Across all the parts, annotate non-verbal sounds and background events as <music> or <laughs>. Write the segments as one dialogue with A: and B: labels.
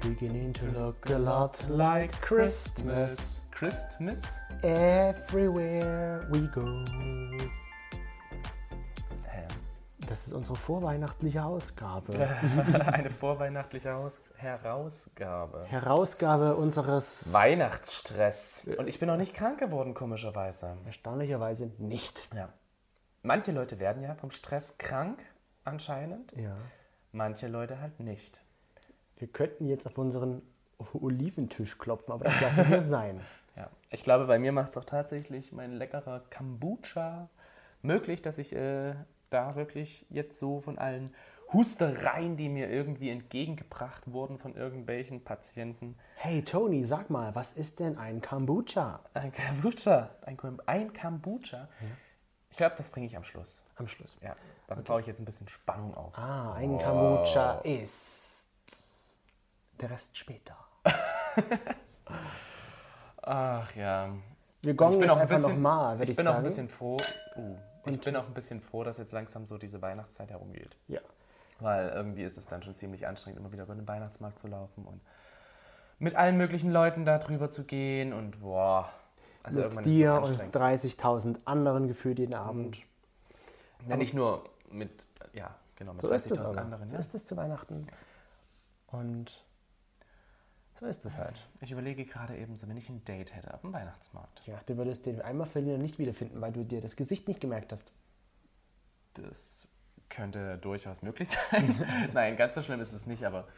A: going to look a lot like Christmas
B: Christmas?
A: everywhere we go.
B: Hä? <laughs>
A: Das ist unsere vorweihnachtliche
B: Äh.
A: Ausgabe.
B: Eine vorweihnachtliche Haus Herausgabe.
A: Herausgabe unseres
B: Weihnachtsstress. Und ich bin noch nicht krank geworden, komischerweise.
A: erstaunlicherweise nicht.
B: Ja. Manche Leute werden ja vom Stress krank, anscheinend.
A: Ja.
B: Manche Leute halt nicht.
A: Wir könnten jetzt auf unseren Oliventisch klopfen, aber das lassen
B: <laughs>
A: wir sein.
B: Ja. Ich glaube, bei mir macht es auch tatsächlich mein leckerer Kombucha möglich, dass ich äh, da wirklich jetzt so von allen Hustereien, die mir irgendwie entgegengebracht wurden von irgendwelchen Patienten,
A: Hey Tony, sag mal, was ist denn ein Kombucha?
B: Ein Kombucha. Ein, Kom- ein Kombucha. Ich glaube, das bringe ich am Schluss.
A: Am Schluss.
B: Ja, dann baue ich jetzt ein bisschen Spannung auf.
A: Ah, ein Kombucha ist. Der Rest später.
B: Ach ja.
A: Wir gongen
B: ich bin
A: jetzt
B: auch ein
A: einfach
B: bisschen,
A: nochmal,
B: ich
A: würde ich,
B: bin auch ein
A: sagen.
B: bisschen froh. Uh, ich bin auch ein bisschen froh, dass jetzt langsam so diese Weihnachtszeit herumgeht.
A: ja.
B: Weil irgendwie ist es dann schon ziemlich anstrengend, immer wieder über den Weihnachtsmarkt zu laufen und mit allen möglichen Leuten da drüber zu gehen und boah. Also
A: Mit
B: irgendwann ist es
A: dir
B: auch
A: und
B: anstrengend.
A: 30.000 anderen gefühlt jeden Abend.
B: Ja, nicht nur mit, ja, genau, mit
A: So ist es aber.
B: anderen.
A: So
B: Ja.
A: ist es zu Weihnachten. Und so ist es halt.
B: Ich überlege gerade eben, so, wenn ich ein Date hätte auf dem Weihnachtsmarkt.
A: Ja, du würdest den einmal verlieren und nicht wiederfinden, weil du dir das Gesicht nicht gemerkt hast.
B: Das könnte durchaus möglich <laughs> sein. Nein, ganz so schlimm ist es nicht, aber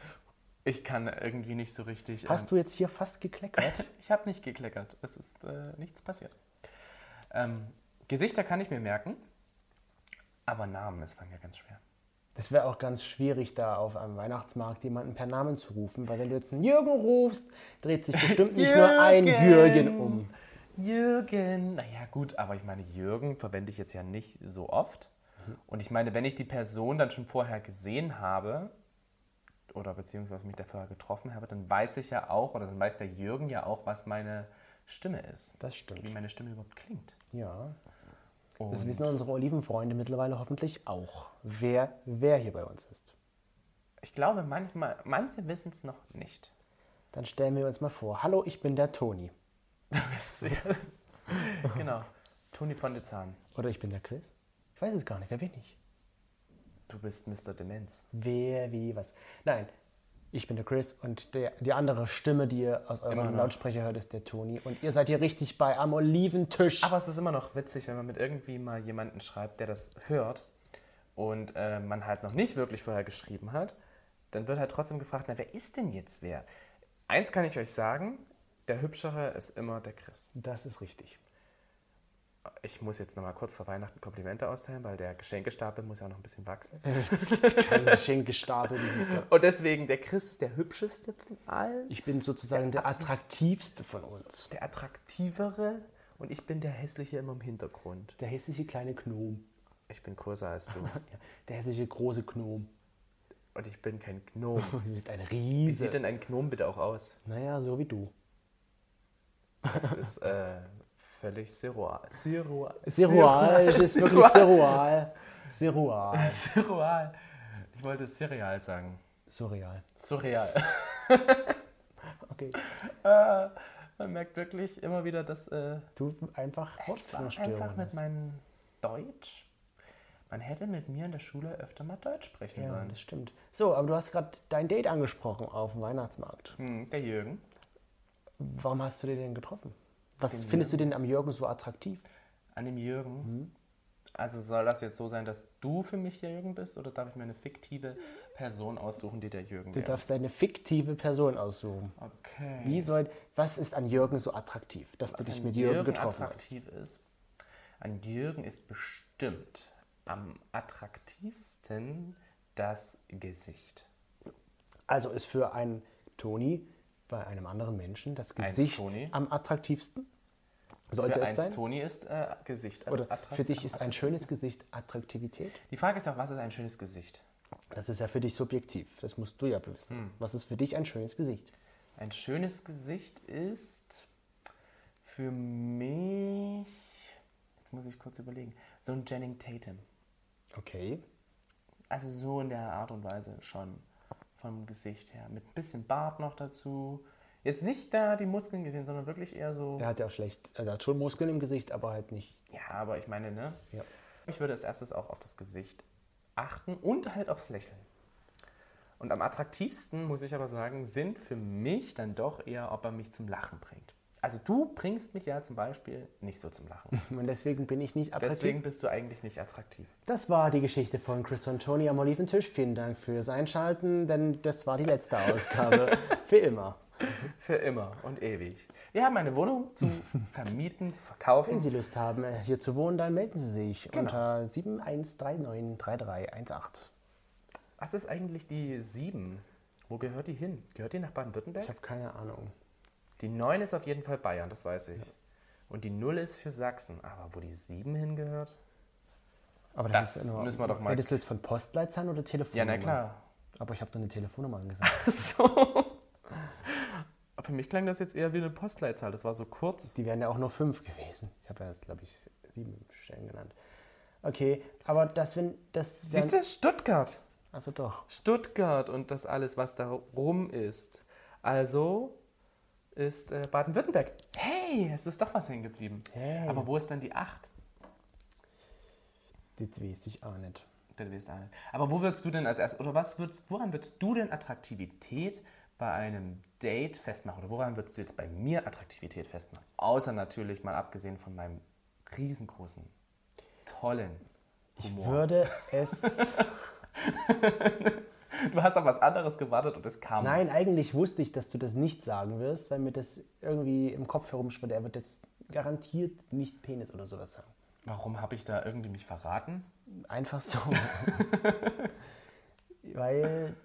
B: ich kann irgendwie nicht so richtig.
A: Hast du jetzt hier fast gekleckert?
B: ähm, ich habe nicht gekleckert. Es ist äh, nichts passiert. Ähm, Gesichter kann ich mir merken, aber Namen ist bei mir ganz schwer.
A: <laughs> Das wäre auch ganz schwierig, da auf einem Weihnachtsmarkt jemanden per Namen zu rufen, weil wenn du jetzt einen Jürgen rufst, dreht sich bestimmt nicht nur ein
B: Jürgen!
A: Jürgen um.
B: Jürgen. Naja, gut, aber ich meine, Jürgen verwende ich jetzt ja nicht so oft. Und ich meine, wenn ich die Person dann schon vorher gesehen habe oder beziehungsweise mich dafür getroffen habe, dann weiß ich ja auch oder dann weiß der Jürgen ja auch, was meine Stimme ist.
A: Das
B: Wie
A: stimmt.
B: meine Stimme überhaupt klingt.
A: Ja. Das
B: Und
A: wissen unsere Olivenfreunde mittlerweile hoffentlich auch, wer wer hier bei uns ist.
B: ich glaube, manchmal, manche wissen es noch
A: <laughs>
B: nicht. <laughs>
A: Dann stellen wir uns mal vor. Hallo, ich bin der Toni.
B: Du bist- ja. genau. Toni von de Zahn,
A: Oder ich bin der Chris. Ich weiß es gar nicht. Wer bin ich?
B: du bist Mr. Demenz.
A: Wer, wie, was. Nein, ich bin der Chris und der, die andere Stimme, die ihr aus eurem
B: noch.
A: Lautsprecher hört, ist der Toni. Und ihr seid hier richtig bei am Oliventisch.
B: Aber es ist immer noch witzig, wenn man mit irgendwie mal jemanden schreibt, der das hört und äh, man halt noch nicht wirklich vorher geschrieben hat, dann wird halt trotzdem gefragt, na, wer ist denn jetzt wer? Eins kann ich euch sagen, der Hübschere ist immer der Chris.
A: das ist richtig.
B: Ich muss jetzt nochmal kurz vor Weihnachten Komplimente austeilen, weil der Geschenkestapel muss ja auch noch ein bisschen wachsen.
A: <laughs> Kein Geschenk gestapelt dieses Jahr.
B: Und deswegen, der Chris ist der Hübscheste von allen,
A: Ich bin sozusagen der, attraktivste von uns.
B: der Attraktivere und ich bin der Hässliche immer im Hintergrund.
A: Der hässliche kleine Gnom.
B: Ich bin größer als du
A: Ja, Der hässliche große <laughs> Gnom.
B: und ich bin kein Gnom.
A: Du bist ein
B: Wie sieht
A: Riese.
B: denn ein Gnom bitte auch aus?
A: Naja, so wie du.
B: Das ist äh, völlig Siroal. Siroal.
A: Serual, es ist wirklich Serual.
B: <laughs>
A: Serual.
B: Siroal. Ich wollte Serial sagen.
A: Surreal.
B: Surreal.
A: Okay.
B: Man merkt wirklich immer wieder, dass äh,
A: Du einfach
B: es war einfach
A: Hauptverstörung.
B: mit meinem Deutsch. Man hätte mit mir in der Schule öfter mal Deutsch sprechen
A: Ja,
B: sollen.
A: das stimmt. So, aber du hast gerade dein Date angesprochen auf dem Weihnachtsmarkt.
B: Hm, der Jürgen.
A: Warum hast du den denn getroffen? Was findest du denn am Jürgen so attraktiv?
B: An dem Jürgen.
A: Mhm.
B: Also soll das jetzt so sein, dass du für mich der Jürgen bist oder darf ich mir eine fiktive Person aussuchen, die der Jürgen
A: Du
B: wäre?
A: darfst deine fiktive Person aussuchen.
B: Okay.
A: Wie soll, was ist an Jürgen so attraktiv, dass du dich
B: an
A: mit Jürgen, getroffen hast?
B: attraktiv ist. An Jürgen ist bestimmt am attraktivsten das Gesicht.
A: Also ist für einen Toni bei einem anderen Menschen das
B: Eins
A: Gesicht
B: Toni.
A: am attraktivsten? Sollte
B: für
A: es
B: eins
A: sein?
B: Toni ist äh, Gesicht.
A: Oder
B: attrakt-
A: für dich ist ein schönes Gesicht Attraktivität?
B: Die Frage ist auch, was ist ein schönes Gesicht?
A: Das ist ja für dich subjektiv. Das musst du ja wissen.
B: Hm.
A: Was ist für dich ein schönes Gesicht?
B: Ein schönes Gesicht ist für mich, jetzt muss ich kurz überlegen, so ein Janning Tatum.
A: Okay.
B: Also so in der Art und Weise schon. vom Gesicht her. Mit ein bisschen Bart noch dazu. Jetzt nicht da die Muskeln gesehen, sondern wirklich eher so.
A: Der hat ja schlecht, also er hat schon Muskeln im Gesicht, aber halt nicht.
B: Ja, aber ich meine, ne?
A: Ja.
B: Ich würde als erstes auch auf das Gesicht achten und halt aufs Lächeln. Und am attraktivsten, muss ich aber sagen, sind für mich dann doch eher, ob er mich zum Lachen bringt. Also du bringst mich ja zum Beispiel nicht so
A: <laughs>
B: zum Lachen.
A: Und deswegen bin ich nicht attraktiv.
B: Deswegen bist du eigentlich nicht attraktiv.
A: Das war die Geschichte von Chris und Tony am Oliventisch. Vielen Dank fürs Einschalten, denn das war die letzte
B: <laughs>
A: Ausgabe. Für immer.
B: Für immer und ewig. Wir haben eine
A: <laughs>
B: Wohnung zu vermieten, zu verkaufen.
A: Wenn Sie Lust haben, äh, hier zu wohnen, dann melden Sie sich
B: Genau.
A: unter 71393318.
B: Was ist eigentlich die 7? Wo gehört die hin? Gehört die nach
A: Ich
B: Baden-Württemberg?
A: habe keine Ahnung.
B: Die 9 ist auf jeden Fall Bayern, das weiß ich. Und die 0 ist für Sachsen. Aber wo die 7 hingehört?
A: Aber
B: Das müssen wir doch mal-
A: Redest du jetzt von Postleitzahlen oder
B: Ja,
A: Telefonnummer?
B: na klar.
A: Aber ich habe doch eine Telefonnummer angesagt.
B: <laughs> So. Für mich klang das jetzt eher wie eine Postleitzahl. Das war so kurz.
A: Die wären ja auch nur fünf gewesen. Ich habe ja, glaube ich, sieben Stellen genannt. Okay, aber das, wenn, das wären-
B: Siehst du, Stuttgart.
A: Also doch.
B: Stuttgart und das alles, was da rum ist. Also ist äh, Baden-Württemberg. Hey, es ist doch was hängen geblieben.
A: Hey.
B: Aber wo ist dann die 8?
A: Das weiß ich auch nicht.
B: Das weißt du auch nicht. Aber wo würdest du denn als erstes, oder was würdest, woran würdest du denn Attraktivität bei einem Date festmachen? Oder woran würdest du jetzt bei mir Attraktivität festmachen? Außer natürlich mal abgesehen von meinem riesengroßen, tollen
A: Ich
B: Humor. <laughs>
A: würde es.
B: Du hast auf was anderes gewartet und es kam.
A: Nein, eigentlich wusste ich, dass du das nicht sagen wirst, weil mir das irgendwie im Kopf herumschwirrt. Er wird jetzt garantiert nicht Penis oder sowas sagen.
B: Warum habe ich da irgendwie mich verraten?
A: Einfach
B: <laughs>
A: so. weil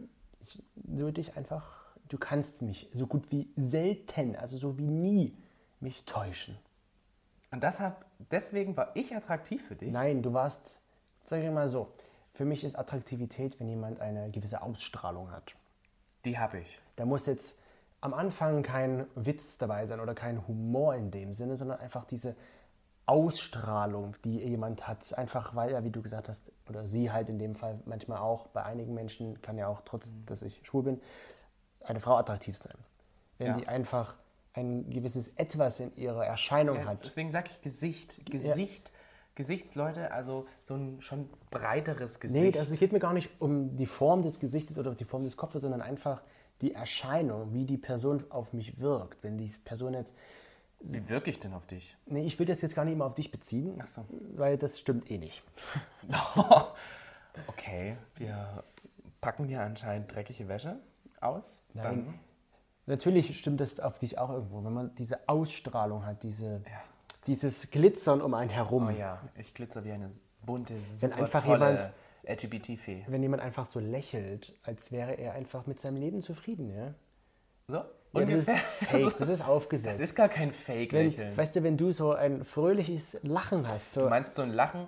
A: ich würde dich einfach. Du kannst mich so gut wie selten, also so wie nie, mich täuschen.
B: Und das hab, deswegen war ich attraktiv für dich.
A: Nein, du warst, sag ich mal so, für mich ist Attraktivität, wenn jemand eine gewisse Ausstrahlung hat.
B: Die habe ich.
A: Da muss jetzt am Anfang kein Witz dabei sein oder kein Humor in dem Sinne, sondern einfach diese Ausstrahlung, die jemand hat. Einfach weil er, wie du gesagt hast, oder sie halt in dem Fall manchmal auch, bei einigen Menschen kann ja auch, trotz
B: Mhm.
A: dass ich schwul bin, eine Frau attraktiv sein. Wenn
B: Ja.
A: sie einfach ein gewisses Etwas in ihrer Erscheinung
B: Ja,
A: hat.
B: deswegen sage ich Gesicht. Gesicht. Gesichtsleute, also so ein schon breiteres Gesicht.
A: Nee, das, es geht mir gar nicht um die Form des Gesichtes oder die Form des Kopfes, sondern einfach die Erscheinung, wie die Person auf mich wirkt. Wenn die Person jetzt
B: Wie wirke ich denn auf dich?
A: Nee, ich will das jetzt gar nicht immer auf dich beziehen,
B: Ach so.
A: weil das stimmt eh nicht.
B: <laughs> okay, wir packen hier anscheinend dreckige Wäsche aus. Dann,
A: Natürlich stimmt das auf dich auch irgendwo, wenn man diese Ausstrahlung hat, diese,
B: Ja.
A: dieses Glitzern um einen herum.
B: oh ja, ich glitzer wie eine bunte, super
A: Wenn einfach
B: tolle
A: jemand-
B: LGBT-Fee.
A: Wenn jemand einfach so lächelt, als wäre er einfach mit seinem Leben zufrieden, ja?
B: So?
A: ja das ist
B: Ungefähr.
A: fake, das ist aufgesetzt.
B: <laughs> Das ist gar kein Fake-Lächeln.
A: wenn, weißt du, wenn du so ein fröhliches Lachen hast, so,
B: Du meinst so ein Lachen?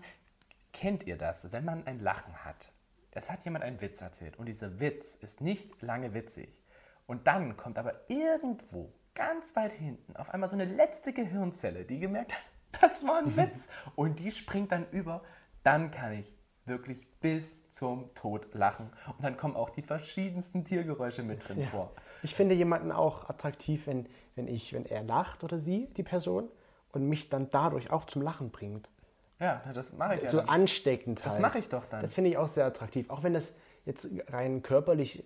B: Kennt ihr das, wenn man ein Lachen hat? Es hat jemand einen Witz erzählt und dieser Witz ist nicht lange witzig. Und dann kommt aber irgendwo ganz weit hinten auf einmal so eine letzte Gehirnzelle, die gemerkt hat, das war ein Witz und die springt dann über. Dann kann ich wirklich bis zum Tod lachen und dann kommen auch die verschiedensten Tiergeräusche mit drin vor.
A: ich finde jemanden auch attraktiv, wenn, wenn ich, wenn er lacht oder sie, die Person, und mich dann dadurch auch zum Lachen bringt.
B: Ja, na, das mache ich ja.
A: so
B: dann.
A: ansteckend halt.
B: Das mache ich doch dann.
A: Das finde ich auch sehr attraktiv. Auch wenn das jetzt rein körperlich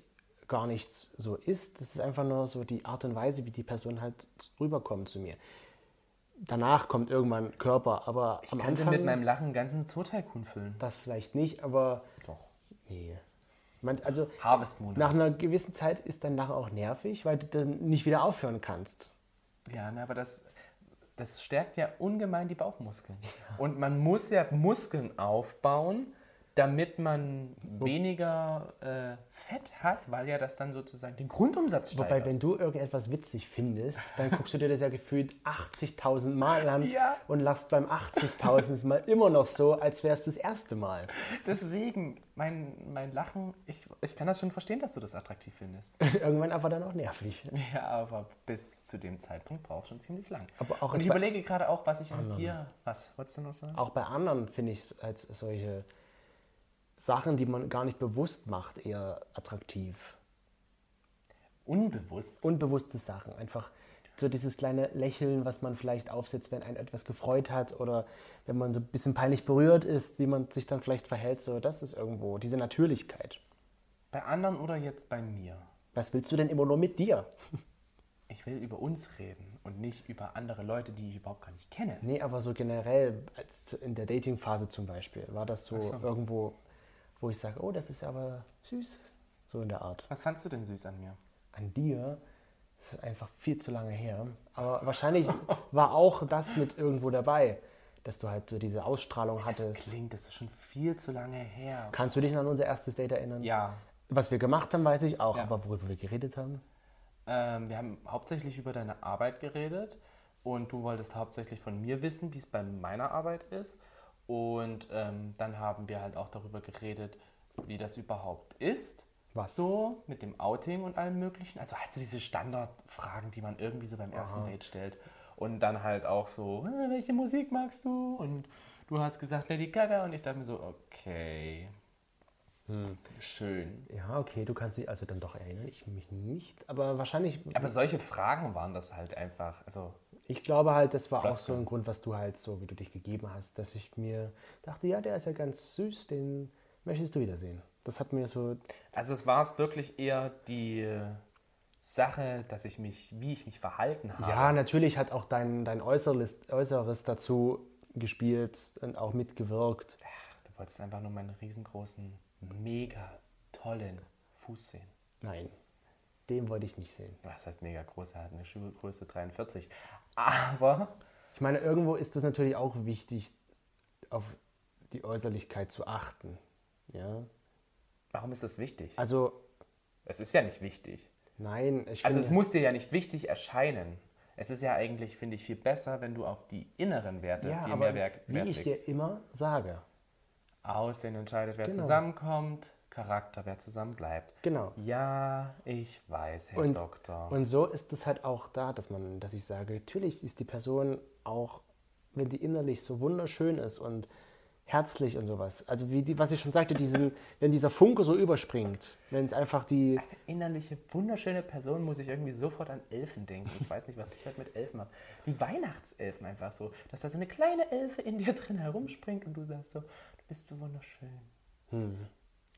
A: gar nichts so ist. Das ist einfach nur so die Art und Weise, wie die Person halt rüberkommt zu mir. Danach kommt irgendwann Körper, aber
B: Ich
A: am
B: könnte
A: Anfang
B: mit meinem Lachen einen ganzen Zootycoon füllen.
A: das vielleicht nicht, aber
B: Doch.
A: nee. Man, also
B: Harvest Moon.
A: nach einer gewissen Zeit ist dein Lachen auch nervig, weil du dann nicht wieder aufhören kannst.
B: Ja, na, aber das, das stärkt ja ungemein die Bauchmuskeln. Und man muss ja Muskeln aufbauen, damit man weniger äh, Fett hat, weil ja das dann sozusagen den Grundumsatz
A: Wobei,
B: steigert.
A: wenn du irgendetwas witzig findest, dann guckst du dir das ja gefühlt 80.000 Mal an
B: Ja.
A: und lachst beim 80.000. Mal immer noch so, als wäre es das erste Mal. <laughs>
B: Deswegen, mein, mein Lachen, ich, ich kann das schon verstehen, dass du das attraktiv
A: <laughs>
B: findest.
A: Und irgendwann aber dann auch nervig.
B: Ja, aber bis zu dem Zeitpunkt braucht es schon ziemlich lang.
A: Aber auch
B: Und ich
A: jetzt bei-
B: überlege gerade auch, was ich an dir... Was, wolltest du noch sagen?
A: Auch bei anderen finde ich es als solche Sachen, die man gar nicht bewusst macht, eher attraktiv.
B: Unbewusst.
A: unbewusste Sachen. Einfach so dieses kleine Lächeln, was man vielleicht aufsetzt, wenn einen etwas gefreut hat oder wenn man so ein bisschen peinlich berührt ist, wie man sich dann vielleicht verhält. So, das ist irgendwo diese Natürlichkeit.
B: Bei anderen oder jetzt bei mir?
A: Was willst du denn immer nur mit dir?
B: Ich will über uns reden und nicht über andere Leute, die ich überhaupt gar nicht kenne.
A: Nee, aber so generell, als in der Dating-Phase zum Beispiel, war das so,
B: so.
A: irgendwo, wo ich sage, oh, das ist aber süß. So in der Art.
B: Was fandst du denn süß an mir?
A: An dir, das ist einfach viel zu lange her. Aber
B: <laughs>
A: wahrscheinlich war auch das mit irgendwo dabei, dass du halt so diese Ausstrahlung
B: Das
A: hattest.
B: klingt, das ist schon viel zu lange her.
A: Kannst du dich noch an unser erstes Date erinnern?
B: Ja,
A: Was wir gemacht haben, weiß ich auch,
B: Ja.
A: aber worüber wir geredet haben?
B: ähm, wir haben hauptsächlich über deine Arbeit geredet und du wolltest hauptsächlich von mir wissen, wie es bei meiner Arbeit ist. Und ähm, dann haben wir halt auch darüber geredet, wie das überhaupt ist.
A: Was?
B: So mit dem Outing und allem Möglichen. Also halt so diese Standardfragen, die man irgendwie so beim ersten Date stellt. Und dann halt auch so, "Äh, welche Musik magst du? Und du hast gesagt Lady Gaga und ich dachte mir so, okay. Schön.
A: Ja, okay, du kannst dich also dann doch erinnern. Ich mich nicht, aber wahrscheinlich,
B: Aber solche Fragen waren das halt einfach. Also,
A: ich glaube halt, das war auch so
B: Floskeln.
A: ein Grund, was du halt so, wie du dich gegeben hast, dass ich mir dachte, ja, der ist ja ganz süß, den möchtest du wiedersehen. Das hat mir so,
B: also es war es wirklich eher die äh, Sache, dass ich mich, wie ich mich verhalten habe.
A: ja, natürlich hat auch dein, dein Äußeres, Äußeres dazu gespielt und auch mitgewirkt.
B: Du wolltest einfach nur meinen riesengroßen, mega tollen Fuß sehen.
A: Nein, den wollte ich nicht sehen.
B: Was heißt mega groß? Er hat eine Schuhgröße 43. Aber
A: Ich meine, irgendwo ist das natürlich auch wichtig, auf die Äußerlichkeit zu achten. Ja,
B: warum ist das wichtig?
A: also
B: Es ist ja nicht wichtig.
A: nein, ich
B: Also
A: finde,
B: es muss dir ja nicht wichtig erscheinen. Es ist ja eigentlich, finde ich, viel besser, wenn du auf die inneren Werte
A: ja,
B: viel
A: aber
B: mehr Werk,
A: wie
B: Wert
A: ich
B: legst.
A: dir immer sage,
B: Aussehen entscheidet, wer
A: Genau.
B: zusammenkommt, Charakter, wer zusammenbleibt.
A: genau.
B: Ja, ich weiß, Herr
A: Und,
B: Doktor.
A: und so ist es halt auch da, dass man, dass ich sage, natürlich ist die Person auch, wenn die innerlich so wunderschön ist und herzlich und sowas. Also wie die, was ich schon sagte,
B: <laughs>
A: diesen, wenn dieser Funke so überspringt, wenn es einfach die
B: Innerliche, wunderschöne Person muss ich irgendwie sofort an Elfen denken. Ich weiß nicht, was ich heute mit Elfen habe. Die Weihnachtselfen einfach so, dass da so eine kleine Elfe in dir drin herumspringt und du sagst so, du bist so wunderschön.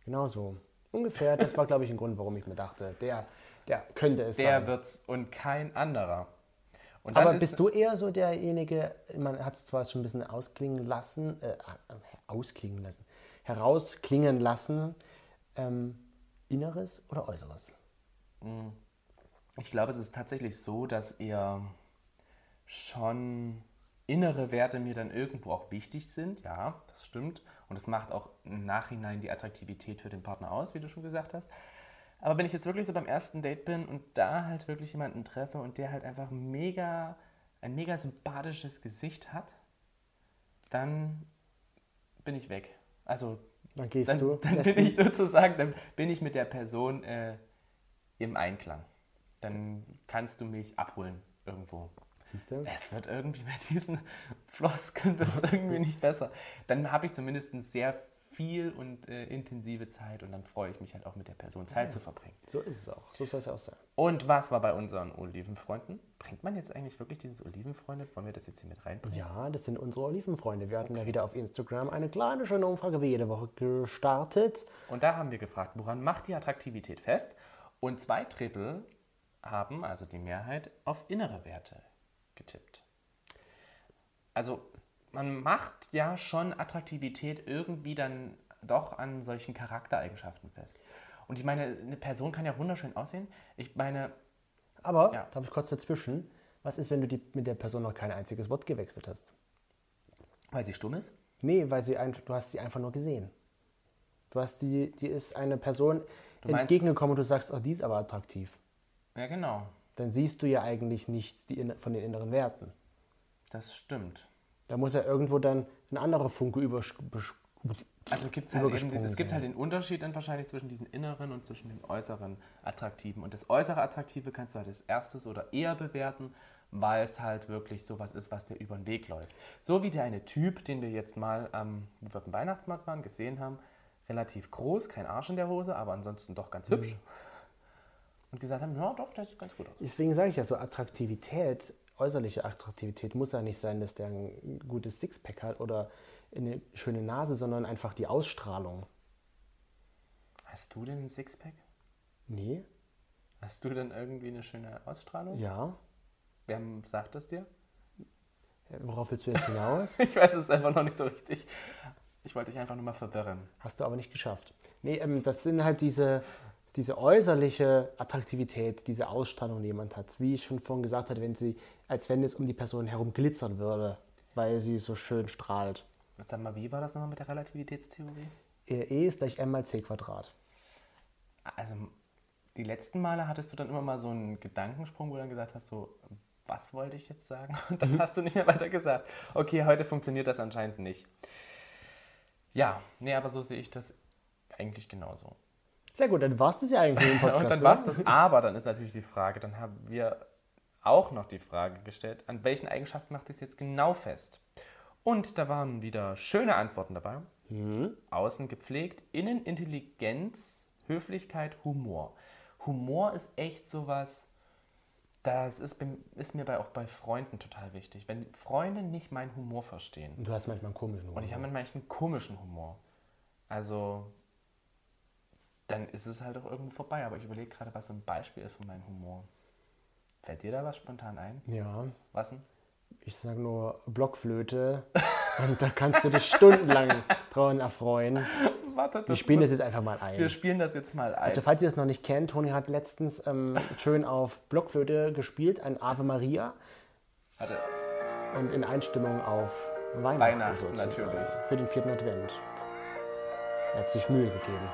A: genau so ungefähr. Das war, glaube ich, ein Grund, warum ich mir dachte, der, der könnte es sein.
B: Der wird's und kein anderer. Und dann
A: Aber
B: ist,
A: bist du eher so derjenige, man hat es zwar schon ein bisschen ausklingen lassen, äh, ausklingen lassen, herausklingen lassen, ähm, Inneres oder Äußeres?
B: Ich glaube, es ist tatsächlich so, dass eher schon innere Werte mir dann irgendwo auch wichtig sind. Ja, das stimmt. Und das macht auch im Nachhinein die Attraktivität für den Partner aus, wie du schon gesagt hast. Aber wenn ich jetzt wirklich so beim ersten Date bin und da halt wirklich jemanden treffe und der halt einfach mega, ein mega sympathisches Gesicht hat, dann bin ich weg. Also
A: Dann gehst
B: dann,
A: du.
B: dann
A: lässt
B: bin ich sozusagen, dann bin ich mit der Person äh, im Einklang. Dann kannst du mich abholen irgendwo.
A: Siehst du?
B: Es wird irgendwie mit diesen <laughs>
A: <laughs>
B: Floskeln wird irgendwie nicht besser. Dann habe ich zumindest sehr viel und äh, intensive Zeit und dann freue ich mich halt auch mit der Person Zeit zu verbringen.
A: So ist es auch. So soll es auch sein.
B: Und was war bei unseren Olivenfreunden? Bringt man jetzt eigentlich wirklich dieses Olivenfreunde? Wollen wir das jetzt hier mit reinbringen?
A: Ja, das sind unsere Olivenfreunde. Wir hatten ja wieder auf Instagram eine kleine schöne Umfrage wie jede Woche gestartet.
B: Und da haben wir gefragt, woran macht die Attraktivität fest? Und zwei Drittel haben, also die Mehrheit, auf innere Werte getippt. Also man macht ja schon Attraktivität irgendwie dann doch an solchen Charaktereigenschaften fest. Und ich meine, eine Person kann ja wunderschön aussehen. Ich meine,
A: Aber,
B: Ja.
A: darf ich kurz dazwischen, was ist, wenn du die, mit der Person noch kein einziges Wort gewechselt hast?
B: weil sie stumm ist.
A: Nee, weil sie ein, du hast sie einfach nur gesehen. Du hast die, die ist eine Person
B: meinst-
A: entgegengekommen und du sagst, oh, die ist aber attraktiv.
B: Ja, genau.
A: Dann siehst du ja eigentlich nichts die, inne- von den inneren Werten.
B: Das stimmt.
A: Da muss ja irgendwo dann ein anderer Funke übersch... besch-
B: Also gibt's halt eben,
A: Übergesprungen
B: es gibt
A: sind.
B: halt den Unterschied dann wahrscheinlich zwischen diesen inneren und zwischen dem äußeren Attraktiven. Und das äußere Attraktive kannst du halt als erstes oder eher bewerten, weil es halt wirklich sowas ist, was dir über den Weg läuft. So wie der eine Typ, den wir jetzt mal am wo wir auf dem Weihnachtsmarkt waren,
A: Mhm.
B: gesehen haben, relativ groß, kein Arsch in der Hose, aber ansonsten doch ganz hübsch. und gesagt haben, ja doch, der sieht ganz gut aus.
A: Deswegen sage ich ja so, Attraktivität, äußerliche Attraktivität muss ja nicht sein, dass der ein gutes Sixpack hat oder eine schöne Nase, sondern einfach die Ausstrahlung.
B: Hast du denn ein Sixpack?
A: Nee?
B: Hast du denn irgendwie eine schöne Ausstrahlung?
A: Ja?
B: Wer sagt das dir?
A: Worauf willst du jetzt
B: <laughs>
A: hinaus?
B: Ich weiß es einfach noch nicht so richtig. Ich wollte dich einfach nur mal verwirren.
A: Hast du aber nicht geschafft. Nee, ähm, das sind halt diese, diese äußerliche Attraktivität, diese Ausstrahlung, die jemand hat. Wie ich schon vorhin gesagt hatte, wenn sie, als wenn es um die Person herum glitzern würde, weil sie so schön strahlt.
B: Sag mal, wie war das nochmal mit der Relativitätstheorie?
A: E E ist gleich m mal c Quadrat.
B: Also, die letzten Male hattest du dann immer mal so einen Gedankensprung, wo du dann gesagt hast, so, was wollte ich jetzt sagen? Und dann hast du nicht mehr weiter gesagt. Okay, heute funktioniert das anscheinend nicht. Ja, nee, aber so sehe ich das eigentlich genauso.
A: Sehr gut, dann war es das ja eigentlich
B: <laughs>
A: im Podcast.
B: Und dann
A: oder?
B: war es das. Aber dann ist natürlich die Frage, dann haben wir auch noch die Frage gestellt, an welchen Eigenschaften macht es jetzt genau fest? Und da waren wieder schöne Antworten dabei.
A: Mhm.
B: Außen gepflegt, innen Intelligenz, Höflichkeit, Humor. Humor ist echt sowas, das ist, bei- ist mir bei, auch bei Freunden total wichtig. Wenn Freunde nicht meinen Humor verstehen,
A: Und du hast manchmal einen komischen Humor.
B: und ich habe manchmal echt einen komischen Humor. Also, dann ist es halt auch irgendwo vorbei. Aber ich überlege gerade, was so ein Beispiel ist von meinem Humor. Fällt dir da was spontan ein?
A: Ja,
B: Was denn?
A: ich sage nur Blockflöte. und da kannst du dich stundenlang dran erfreuen.
B: Warte,
A: Wir
B: das
A: spielen
B: muss-
A: das jetzt einfach mal
B: wir
A: ein.
B: spielen das jetzt mal ein.
A: Also, falls ihr das noch nicht kennt, Toni hat letztens ähm, schön auf Blockflöte gespielt, ein Ave Maria
B: Warte.
A: und in Einstimmung auf Weihnachten.
B: Weihnachten,
A: sozusagen,
B: natürlich.
A: Für den vierten Advent. Er hat sich Mühe gegeben.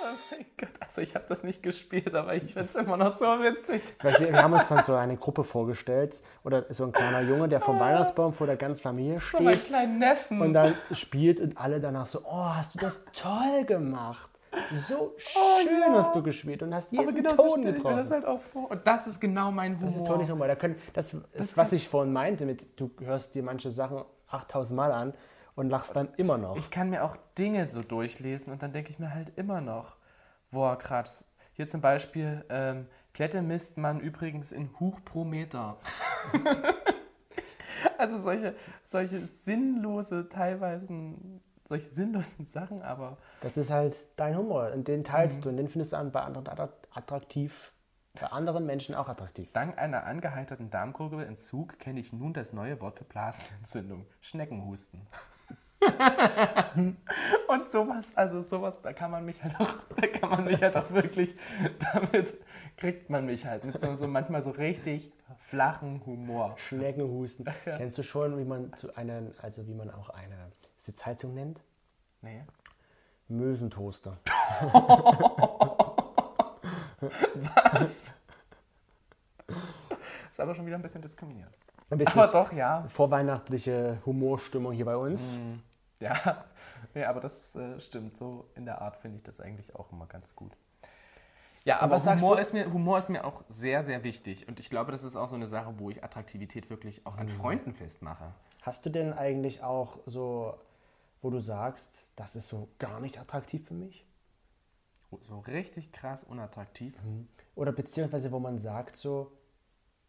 B: Oh mein Gott, also ich habe das nicht gespielt, aber ich
A: <laughs>
B: finde es immer noch so witzig.
A: Weil wir, wir haben uns dann so eine Gruppe vorgestellt oder so ein kleiner Junge, der
B: Ah.
A: vom Weihnachtsbaum vor der ganzen Familie
B: Von meinem
A: steht
B: kleinen Neffen.
A: und dann spielt und alle danach so, oh, hast du das toll gemacht. So schön hast du gespielt und hast jeden
B: Oh aber genau so
A: Ton
B: stelle ich mir das
A: getroffen.
B: halt auch vor. Und das ist genau mein Humor.
A: Das ist Tonys Humor. Da können, das ist, was ich vorhin meinte mit, du hörst dir manche Sachen 8000 Mal an und lachst dann immer noch.
B: Ich kann mir auch Dinge so durchlesen und dann denke ich mir halt immer noch, boah, krass. Hier zum Beispiel, ähm, Klette misst man übrigens in Huch pro Meter. <laughs> also solche, solche sinnlose, teilweise, solche sinnlosen Sachen, aber
A: Das ist halt dein Humor und den
B: Mhm.
A: teilst du und den findest du an- bei anderen attra- attraktiv, bei anderen Menschen auch attraktiv.
B: dank einer angeheiterten Darmkurvelentzug kenne ich nun das neue Wort für Blasenentzündung, Schneckenhusten. <laughs> Und sowas, also sowas, da kann man mich halt auch, <laughs> da kann man mich halt auch wirklich, <laughs> damit kriegt man mich halt mit so, so manchmal so richtig flachen Humor. <laughs>
A: Schneckenhusten. Kennst du schon, wie man zu einer, also wie man auch eine Sitzheizung nennt?
B: Nee.
A: Mösentoaster.
B: Was? Ist aber schon wieder ein bisschen diskriminierend.
A: Ein bisschen
B: Aber doch, ja.
A: vorweihnachtliche Humorstimmung hier bei uns.
B: Mhm. Ja, <laughs> nee, aber das äh, stimmt. So in der Art finde ich das eigentlich auch immer ganz gut. Ja, aber
A: was sagst
B: Humor
A: du-
B: ist, mir, Humor ist mir auch sehr, sehr wichtig. Und ich glaube, das ist auch so eine Sache, wo ich Attraktivität wirklich auch an Freunden festmache.
A: Hast du denn eigentlich auch so, wo du sagst, das ist so gar nicht attraktiv für mich?
B: So richtig krass unattraktiv.
A: Oder beziehungsweise, wo man sagt so,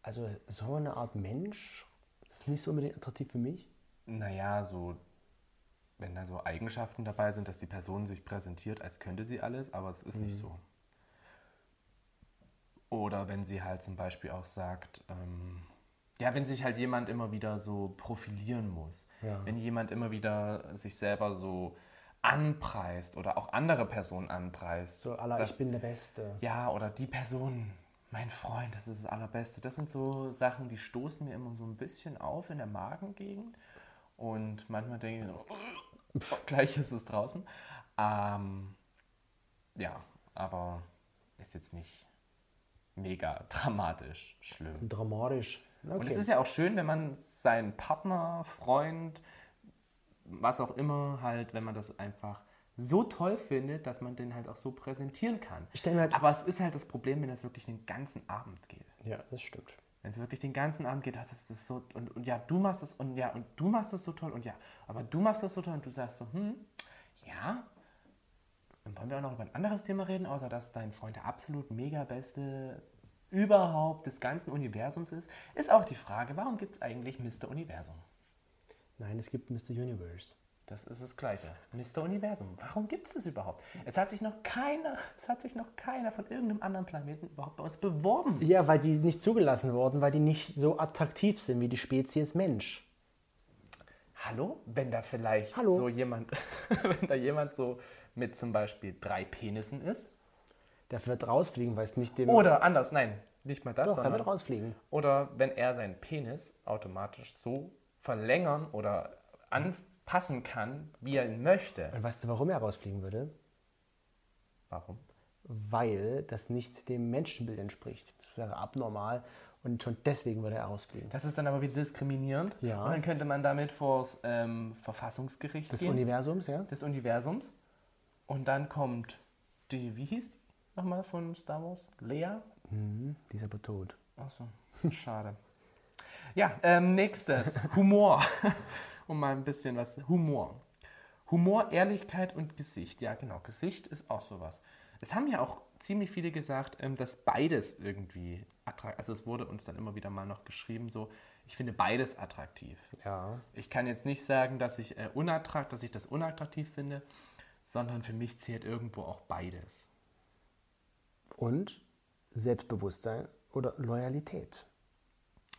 A: also so eine Art Mensch, das ist nicht so unbedingt attraktiv für mich?
B: Naja, so, wenn da so Eigenschaften dabei sind, dass die Person sich präsentiert, als könnte sie alles, aber es ist nicht
A: Mhm.
B: so. Oder wenn sie halt zum Beispiel auch sagt, ähm, ja, wenn sich halt jemand immer wieder so profilieren muss,
A: Ja.
B: wenn jemand immer wieder sich selber so anpreist oder auch andere Personen anpreist.
A: So, Allah,
B: das-
A: ich bin der Beste.
B: ja, oder die Person, mein Freund, das ist das Allerbeste. Das sind so Sachen, die stoßen mir immer so ein bisschen auf in der Magengegend. Und manchmal denke ich, mir so, <laughs> gleich ist es draußen. Ähm, ja, aber ist jetzt nicht mega dramatisch schlimm.
A: Dramatisch. Okay.
B: Und es ist ja auch schön, wenn man seinen Partner, Freund, was auch immer, halt, wenn man das einfach so toll findet, dass man den halt auch so präsentieren kann.
A: Ich stell mir halt-
B: Aber es ist halt das Problem, wenn das wirklich den ganzen Abend geht.
A: Ja, das stimmt.
B: Wenn es wirklich den ganzen Abend geht, ach, das ist so, und, und ja, du machst es, und ja, und du machst es so toll, und ja, aber du machst es so toll, und du sagst so, hm, ja, dann wollen wir auch noch über ein anderes Thema reden, außer dass dein Freund der absolut mega beste überhaupt des ganzen Universums ist, ist auch die Frage, warum gibt es eigentlich Mr. Universum?
A: Nein, es gibt Mr. Universe.
B: Das ist das Gleiche. Mr. Universum. Warum gibt es das überhaupt? Es hat sich noch keiner, <laughs> es hat sich noch keiner von irgendeinem anderen Planeten überhaupt bei uns beworben.
A: Ja, weil die nicht zugelassen wurden, weil die nicht so attraktiv sind wie die Spezies Mensch.
B: Hallo? Wenn da vielleicht
A: Hallo?
B: so jemand, <laughs> wenn da jemand so mit zum Beispiel drei Penissen ist.
A: Der wird rausfliegen, weil es nicht dem.
B: Oder anders, nein, nicht mal das,
A: Oh. Doch, er
B: sondern.
A: wird rausfliegen.
B: Oder wenn er seinen Penis automatisch so verlängern oder anpassen kann, wie er ihn möchte.
A: Und weißt du, warum er rausfliegen würde?
B: Warum?
A: Weil das nicht dem Menschenbild entspricht. Das wäre abnormal und schon deswegen würde er rausfliegen.
B: Das ist dann aber wieder diskriminierend.
A: Ja.
B: Und dann könnte man damit vors ähm, Verfassungsgericht
A: Des
B: gehen,
A: Universums, ja?
B: des Universums. Und dann kommt die, wie hieß die nochmal von Star Wars? Lea?
A: Die ist aber tot.
B: Achso, schade. Ja, ähm, <laughs> nächstes. Humor. um mal ein bisschen was. Humor. Humor, Ehrlichkeit und Gesicht. Ja, genau. Gesicht ist auch sowas. Es haben ja auch ziemlich viele gesagt, ähm, dass beides irgendwie attraktiv Also es wurde uns dann immer wieder mal noch geschrieben, so, ich finde beides attraktiv.
A: Ja.
B: Ich kann jetzt nicht sagen, dass ich, äh, unattrakt, dass ich das unattraktiv finde, sondern für mich zählt irgendwo auch beides.
A: Und Selbstbewusstsein oder Loyalität.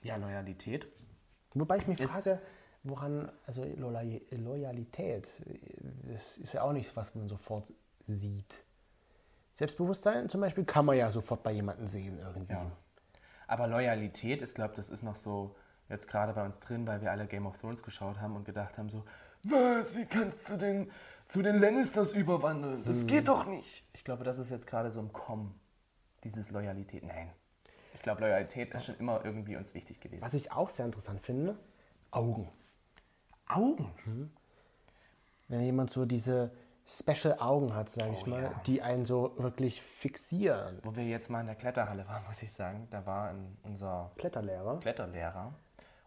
B: Ja, Loyalität.
A: Wobei ich mich
B: Ist-
A: frage, woran, also Loyal- Loyalität, das ist ja auch nicht was man sofort sieht. Selbstbewusstsein zum Beispiel kann man ja sofort bei jemandem sehen irgendwie.
B: Ja. Aber Loyalität, ich glaube, das ist noch so jetzt gerade bei uns drin, weil wir alle Game of Thrones geschaut haben und gedacht haben so, was, wie kannst du den zu den Lannisters überwandeln? Das geht doch nicht. Ich glaube, das ist jetzt gerade so im Kommen, dieses Loyalität. Nein. Ich glaube, Loyalität ist schon immer irgendwie uns wichtig gewesen.
A: Was ich auch sehr interessant finde, Augen.
B: Augen?
A: Wenn jemand so diese special Augen hat, sage ich
B: Oh
A: mal,
B: ja.
A: die einen so wirklich fixieren.
B: Wo wir jetzt mal in der Kletterhalle waren, muss ich sagen, da war ein, unser
A: Kletterlehrer.
B: Kletterlehrer.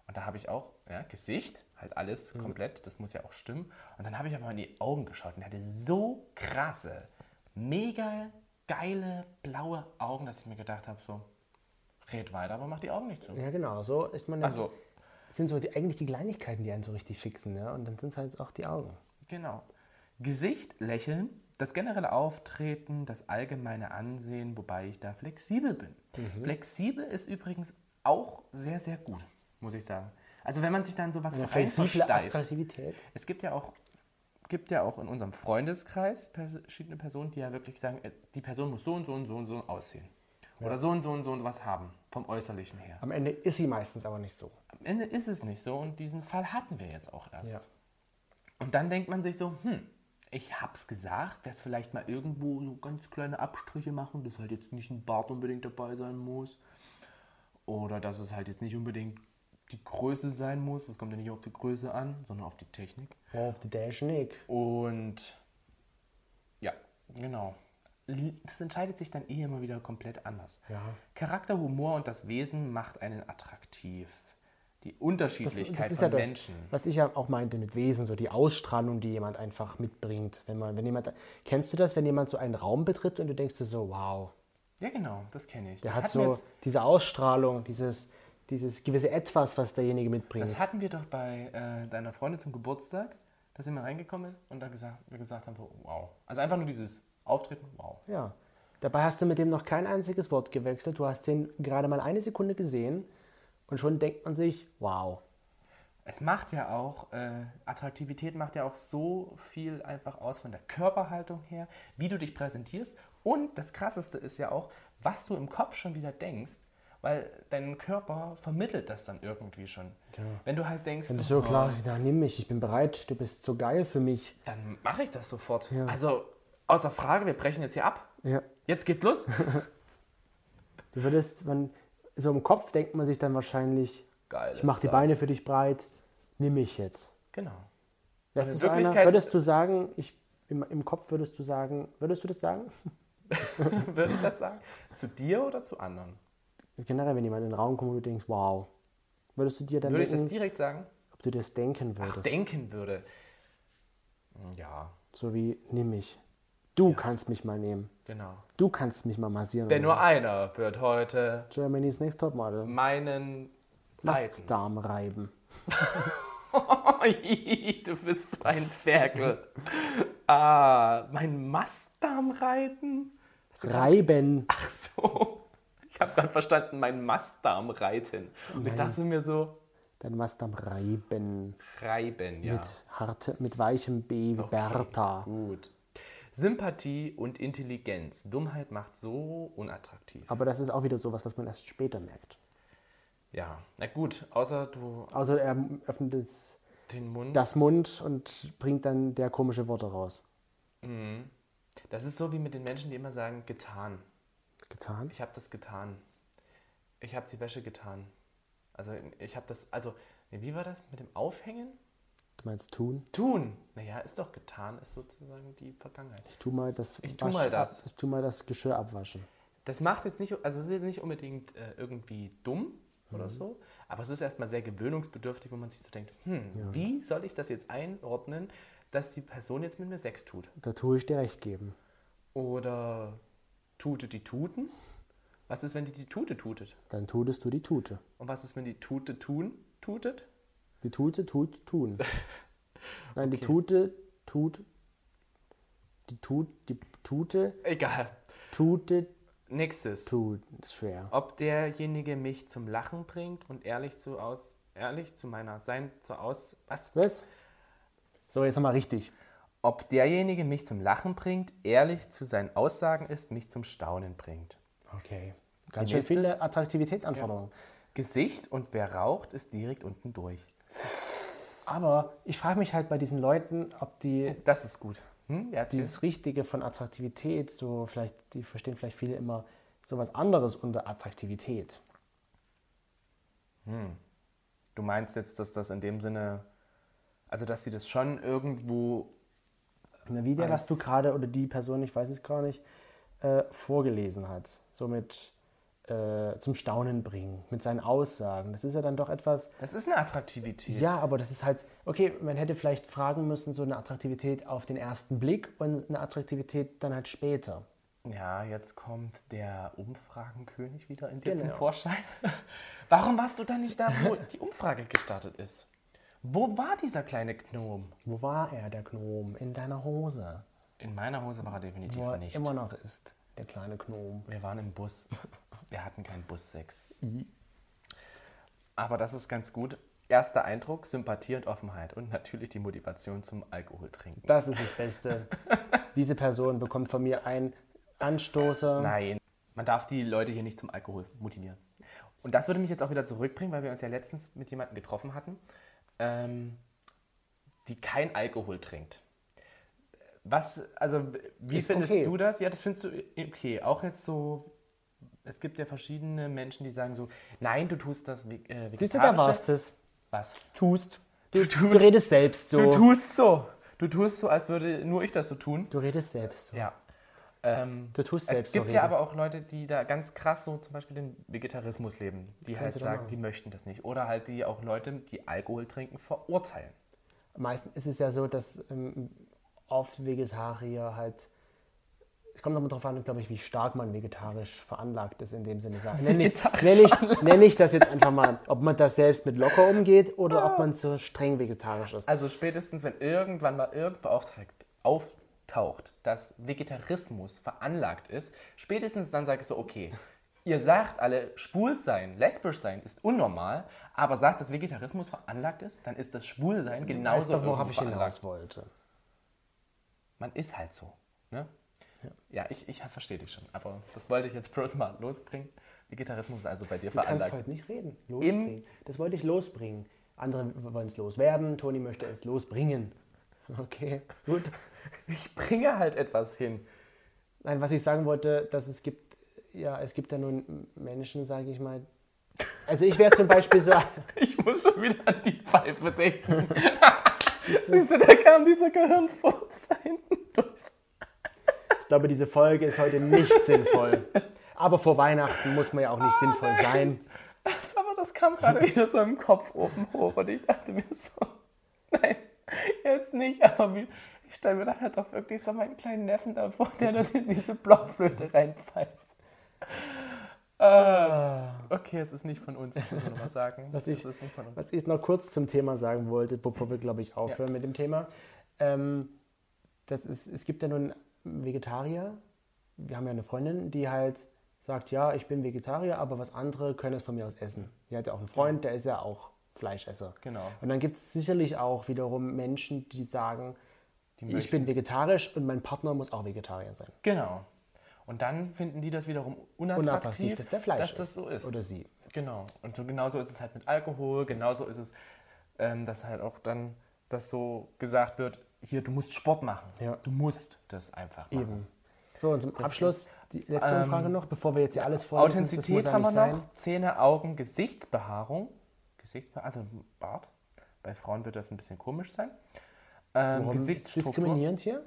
B: Und da habe ich auch ja, Gesicht, halt
A: Mhm.
B: alles komplett, das muss ja auch stimmen. Und dann habe ich aber in die Augen geschaut und er hatte so krasse, mega geile blaue Augen, dass ich mir gedacht habe, so, red weiter, aber mach die Augen nicht zu.
A: Ja, genau, so ist man ja.
B: Also,
A: sind so die, eigentlich die Kleinigkeiten, die einen so richtig fixen, ja. Und dann sind es halt auch die Augen.
B: genau. Gesicht, Lächeln, das generelle Auftreten, das allgemeine Ansehen, wobei ich da flexibel bin.
A: Mhm.
B: Flexibel ist übrigens auch sehr, sehr gut, muss ich sagen. Also wenn man sich dann sowas ja,
A: Flexible Attraktivität.
B: Es gibt ja auch, gibt ja auch in unserem Freundeskreis pers- verschiedene Personen, die ja wirklich sagen, äh, die Person muss so und so und so und so aussehen. Oder so und so und so und was haben, vom Äußerlichen her.
A: Am Ende ist sie meistens aber nicht so.
B: Am Ende ist es nicht so und diesen Fall hatten wir jetzt auch erst.
A: Ja.
B: Und dann denkt man sich so, hm, ich hab's gesagt, dass vielleicht mal irgendwo so ganz kleine Abstriche machen, dass halt jetzt nicht ein Bart unbedingt dabei sein muss. Oder dass es halt jetzt nicht unbedingt die Größe sein muss. Das kommt ja nicht auf die Größe an, sondern auf die Technik.
A: Auf die Technik.
B: Und ja, genau. Li- Das entscheidet sich dann eh immer wieder komplett anders.
A: Ja.
B: Charakter, Humor und das Wesen macht einen attraktiv. Die Unterschiedlichkeit
A: Das ist ja
B: von
A: das,
B: Menschen.
A: was ich ja auch meinte mit Wesen, so die Ausstrahlung, die jemand einfach mitbringt. Wenn man, wenn jemand, kennst du das, wenn jemand so einen Raum betritt und du denkst dir so, wow,
B: Ja, genau, das kenne ich.
A: der
B: das,
A: hat
B: hatten wir
A: so
B: jetzt,
A: diese Ausstrahlung, dieses, dieses gewisse Etwas, was derjenige mitbringt.
B: das hatten wir doch bei äh, deiner Freundin zum Geburtstag, dass sie mal reingekommen ist und da gesagt, wir gesagt haben, wow. Also einfach nur dieses Auftreten, wow.
A: Ja. Dabei hast du mit dem noch kein einziges Wort gewechselt. Du hast den gerade mal eine Sekunde gesehen und schon denkt man sich, wow.
B: Es macht ja auch, äh, Attraktivität macht ja auch so viel einfach aus von der Körperhaltung her, wie du dich präsentierst. Und das Krasseste ist ja auch, was du im Kopf schon wieder denkst, weil dein Körper vermittelt das dann irgendwie schon. Wenn du halt denkst,
A: Und so
B: "Oh,
A: klar, da nimm mich, ich bin bereit, du bist so geil für mich.
B: dann mache ich das sofort.
A: Ja.
B: Also außer Frage, wir brechen jetzt hier ab.
A: Ja.
B: Jetzt
A: <laughs>
B: geht's los.
A: Du würdest, man, so im Kopf denkt man sich dann wahrscheinlich,
B: Geil.
A: ich mach die Beine für dich breit, nimm mich jetzt.
B: Genau. <laughs>
A: Wärst du
B: In
A: so einer,
B: Wirklichkeit-
A: würdest du sagen, ich, im, im Kopf würdest du sagen, würdest du das sagen?
B: Würde ich das sagen? Zu dir oder zu anderen?
A: generell, wenn jemand in den Raum kommt und du denkst, wow, würdest du dir dann
B: Würde ich das
A: denken,
B: direkt sagen?
A: ob du Mhm. das denken würdest?
B: Denken würde. Ja,
A: so wie, nimm mich. Du kannst mich mal nehmen.
B: genau.
A: Du kannst mich mal massieren.
B: Denn
A: oder
B: nur einer wird heute
A: so. Germany's Next
B: Mm,
A: Topmodel.
B: meinen <laughs> Leiden.
A: Mastdarm reiben.
B: du bist so ein Ferkel. ah, mein Mastdarm reiten?
A: Reiben.
B: Ach so. Ich habe gerade verstanden, mein Mastdarm reiten. Und ich dachte mir so,
A: Dein Mastdarm reiben.
B: reiben, ja.
A: Mit, harte, mit weichem B wie Bertha.
B: Gut. Sympathie und Intelligenz. Dummheit macht so unattraktiv.
A: Aber das ist auch wieder sowas, was man erst später merkt.
B: Ja, na gut, außer du
A: Also er öffnet jetzt
B: den Mund.
A: das Mund und bringt dann der komische Worte raus.
B: Das ist so wie mit den Menschen, die immer sagen, getan.
A: Getan?
B: Ich habe das getan. Ich habe die Wäsche getan. Also ich habe das, also nee, wie war das mit dem Aufhängen?
A: Du meinst tun?
B: Tun. Naja, ist doch getan, ist sozusagen die Vergangenheit.
A: Ich tu mal das, ich
B: tu mal das.
A: Ab, ich tu mal das Geschirr abwaschen.
B: Das macht jetzt nicht, also es ist jetzt nicht unbedingt äh, irgendwie dumm oder so, aber es ist erstmal sehr gewöhnungsbedürftig, wo man sich so denkt, hm, wie soll ich das jetzt einordnen, dass die Person jetzt mit mir Sex tut?
A: Da tue ich dir recht geben.
B: Oder tute die Tuten? Was ist, wenn die die Tute tutet?
A: Dann tutest du die Tute.
B: Und was ist, wenn die Tute tun tutet?
A: Die Tute tut tun. Nein, die Tute tut. Die Tut, die Tute,
B: Egal.
A: Tute
B: Nächstes.
A: tut. Ist schwer.
B: Ob derjenige mich zum Lachen bringt und ehrlich zu aus, ehrlich zu meiner sein zu aus, was?
A: Was? So, jetzt nochmal richtig.
B: Ob derjenige mich zum Lachen bringt, ehrlich zu seinen Aussagen ist, mich zum Staunen bringt.
A: Okay. Ganz schön
B: nächste-
A: viele Attraktivitätsanforderungen.
B: Gesicht und wer raucht, ist direkt unten durch.
A: Aber ich frage mich halt bei diesen Leuten, ob die
B: Das ist gut. Hm? Ja,
A: dieses Richtige von Attraktivität, so vielleicht, die verstehen vielleicht viele immer sowas anderes unter Attraktivität.
B: Du meinst jetzt, dass das in dem Sinne, also dass sie das schon irgendwo
A: Na, Ne, wie der, was du gerade oder die Person, ich weiß es gar nicht, äh, vorgelesen hat. So mit äh, zum Staunen bringen, mit seinen Aussagen. Das ist ja dann doch etwas.
B: Das ist eine Attraktivität.
A: Ja, aber das ist halt, okay, man hätte vielleicht fragen müssen, so eine Attraktivität auf den ersten Blick und eine Attraktivität dann halt später.
B: Ja, jetzt kommt der Umfragenkönig wieder in dir zum
A: Genau.
B: Vorschein. <laughs> Warum warst du dann nicht da, wo die Umfrage gestartet ist? Wo war dieser kleine Gnom?
A: Wo war er, der Gnom? In deiner Hose.
B: In meiner Hose war er definitiv
A: Wo er
B: nicht.
A: immer noch ist, der kleine Gnom.
B: Wir waren im Bus. Wir hatten keinen Bussex. Aber das ist ganz gut. Erster Eindruck, Sympathie und Offenheit und natürlich die Motivation zum Alkoholtrinken.
A: Das ist das
B: <laughs>
A: Beste. Diese Person bekommt von mir einen Anstoßer.
B: Nein, man darf die Leute hier nicht zum Alkohol motivieren. Und das würde mich jetzt auch wieder zurückbringen, weil wir uns ja letztens mit jemandem getroffen hatten, ähm, die kein Alkohol trinkt. Was, also, wie
A: Ist
B: findest
A: okay.
B: du das? Ja, das findest du okay. Auch jetzt so, es gibt ja verschiedene Menschen, die sagen so, nein, du tust das ve- äh, vegetarische.
A: Siehst du, da warst es.
B: Was?
A: Tust.
B: Du,
A: Du
B: tust,
A: redest selbst so.
B: du tust so. Du tust so, als würde nur ich das so tun.
A: Du redest selbst so.
B: Ja. Ähm,
A: Du tust
B: es
A: selbst
B: gibt
A: so
B: ja
A: reden.
B: aber auch Leute, die da ganz krass so zum Beispiel den Vegetarismus leben, die halt
A: sie doch
B: sagen,
A: machen.
B: die möchten das nicht. Oder halt die auch Leute, die Alkohol trinken, verurteilen.
A: Meistens ist es ja so, dass ähm, oft Vegetarier halt. Es kommt nochmal drauf an, glaube ich, wie stark man vegetarisch veranlagt ist in dem Sinne. Nenne ich,
B: Vegetarisch
A: nenn ich, nenn ich das jetzt einfach mal, ob man das selbst mit locker umgeht oder ob man so streng vegetarisch ist.
B: Ah. Also spätestens, wenn irgendwann mal irgendwo auftaucht, auftaucht, dass Vegetarismus veranlagt ist, spätestens dann sage ich so, okay, ihr sagt alle, schwul sein, lesbisch sein ist unnormal, aber sagt, dass Vegetarismus veranlagt ist, dann ist das Schwulsein
A: Weißt
B: genauso
A: doch, worauf
B: irgendwo
A: ich hinaus wollte.
B: man ist halt so. Ne? Ja, ich, ich verstehe dich schon, aber das wollte ich jetzt bloß mal losbringen. Vegetarismus ist also bei dir
A: Du kannst
B: veranlagt.
A: heute nicht reden. Losbringen. Das wollte ich losbringen. Andere wollen es loswerden. Toni möchte es losbringen. <laughs> Okay, gut.
B: Ich bringe halt etwas hin.
A: Nein, was ich sagen wollte, dass es gibt, ja, es gibt ja nun Menschen, sage ich mal. Also ich wäre zum Beispiel so,
B: Ich muss schon wieder an die
A: <laughs>
B: Pfeife denken. Siehst du, da kam dieser Gehirnfurz da hinten durch.
A: ich glaube, diese Folge ist heute nicht sinnvoll. Aber vor Weihnachten muss man ja auch nicht sinnvoll sein.
B: Das, aber das kam gerade wieder so im Kopf oben hoch und ich dachte mir so, nein, jetzt nicht. Aber wie, ich stelle mir dann halt auch wirklich so meinen kleinen Neffen davor, der dann in diese Blockflöte reinpfeift. Äh, okay, es ist nicht von uns, muss man nochmal <laughs> sagen.
A: Was ich-
B: es ist nicht von uns.
A: Was ich noch kurz zum Thema sagen wollte, bevor wir, glaube ich, aufhören mit dem Thema. Ähm, das ist, es gibt ja nun Vegetarier. Wir haben ja eine Freundin, die halt sagt, ja, ich bin Vegetarier, aber was andere können es von mir aus essen. Die hat ja auch einen Freund, der ist ja auch Fleischesser.
B: Genau.
A: Und dann gibt es sicherlich auch wiederum Menschen, die sagen,
B: Die
A: ich bin vegetarisch und mein Partner muss auch Vegetarier sein.
B: Genau. Und dann finden die das wiederum unattraktiv,
A: Unattraktiv, dass der Fleisch
B: dass das so ist.
A: Oder sie.
B: Genau. Und so genauso ist es halt mit Alkohol, genauso ist es, ähm, dass halt auch dann das so gesagt wird, hier, du musst Sport machen.
A: Ja.
B: Du musst das einfach machen.
A: Eben. So, und zum Abschluss die letzte Frage noch, bevor wir jetzt hier alles vorlesen. das muss
B: ähm, Authentizität
A: ja
B: haben wir
A: nicht sein.
B: noch, Zähne, Augen, Gesichtsbehaarung, Gesichtsbehaarung, also Bart. Bei Frauen wird das ein bisschen komisch sein. Ähm,
A: Warum
B: Gesichtsstruktur,
A: Diskriminierend hier?